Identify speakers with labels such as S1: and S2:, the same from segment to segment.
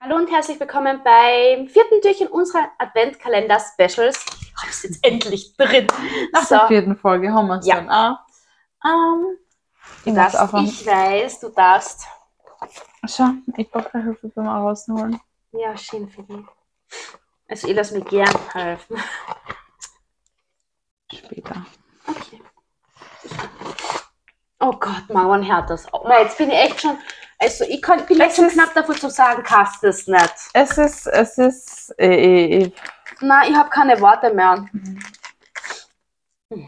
S1: Hallo und herzlich willkommen beim vierten Türchen unserer Adventkalender-Specials. Ich habe es jetzt endlich drin.
S2: Nach
S1: So,
S2: der vierten Folge haben wir es
S1: Ja.
S2: dann auch. Ähm, ich
S1: du
S2: muss
S1: darfst,
S2: aufhören.
S1: ich weiß, du darfst.
S2: Schau, ich brauche keine Hilfe beim Rausholen.
S1: Ja, schön für dich. Also ich lass mir gern helfen.
S2: Später.
S1: Okay. Oh Gott, Mauern hört das auch. Na, jetzt bin ich echt schon, also ich kann, bin jetzt schon knapp davor zu sagen, kannst du es nicht.
S2: Es ist, es ist, äh, äh, äh,
S1: Nein, ich habe keine Worte mehr.
S2: äh.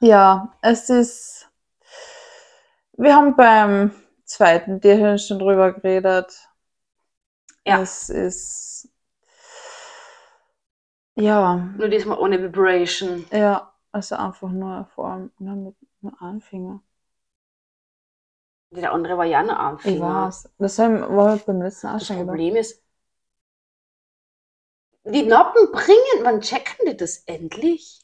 S2: ja, es ist, wir haben beim zweiten Tierchen schon drüber geredet.
S1: Ja.
S2: Es ist, ja,
S1: Nur diesmal ohne Vibration.
S2: ja, also einfach nur vor allem nur mit einem Anfänger.
S1: Der andere war ja noch am
S2: Ich
S1: Finger.
S2: weiß, das haben wir beim letzten auch
S1: Das
S2: schon gedacht.
S1: Problem ist, die Noppen bringen, wann checken die das endlich?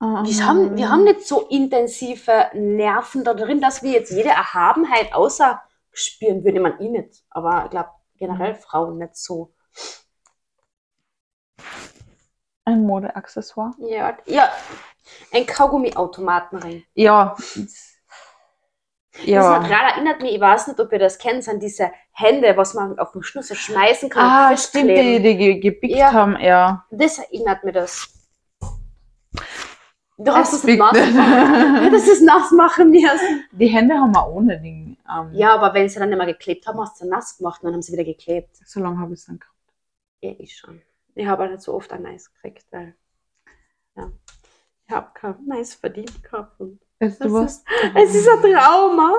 S2: Ah, Oh
S1: Wir haben, wir haben nicht so intensive Nerven da drin, dass wir jetzt jede Erhabenheit außer spüren würde man eh nicht. Aber ich glaube, generell
S2: Mhm.
S1: Frauen nicht so.
S2: ein Modeaccessoire.
S1: Ja, ja ein Kaugummi-Automatenring.
S2: Ja.
S1: Das
S2: Ja.
S1: Material erinnert mich, ich weiß nicht, ob ihr das kennt, sind diese Hände, was man auf den Schlüssel schmeißen kann. und
S2: Ah, stimmt,
S1: festkleben.
S2: die, die ge- gebickt
S1: Ja.
S2: haben, ja.
S1: Das erinnert mir das. Du hast
S2: Es
S1: es nass
S2: liegt nicht.
S1: gemacht. Ah, Das ist nass machen müssen.
S2: Die Hände haben wir ohne Ding. Ähm,
S1: Ja, aber wenn sie dann nicht mehr geklebt haben, hast du sie nass gemacht und dann haben sie wieder geklebt.
S2: So lange habe ich es dann gehabt.
S1: Ja, ich schon. Ich habe auch nicht so oft ein Eis gekriegt, weil ja, ich habe kein Eis verdient gehabt. Und
S2: Es,
S1: Das
S2: du warst,
S1: es ist ein Trauma.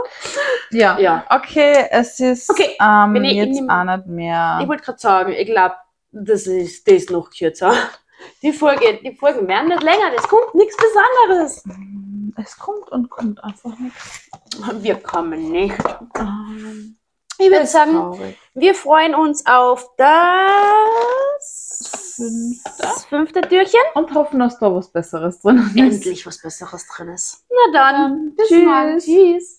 S2: ja.
S1: Ja,
S2: Okay, es ist
S1: Okay,
S2: ähm,
S1: bin ich in
S2: jetzt
S1: dem-
S2: auch nicht mehr.
S1: ich wollte gerade sagen, ich glaube, das ist, das ist noch kürzer. Die, Folge, die Folgen werden nicht länger, das kommt nichts Besonderes.
S2: Mm, Es kommt und kommt einfach nichts.
S1: Wir kommen nicht.
S2: Ähm,
S1: Ich würde
S2: ist
S1: sagen,
S2: traurig.
S1: Wir freuen uns auf das
S2: Fünfte.
S1: fünfte Türchen.
S2: Und hoffen, dass da was Besseres drin ist.
S1: Endlich was Besseres drin ist. Na dann,
S2: Bis morgen.
S1: Tschüss.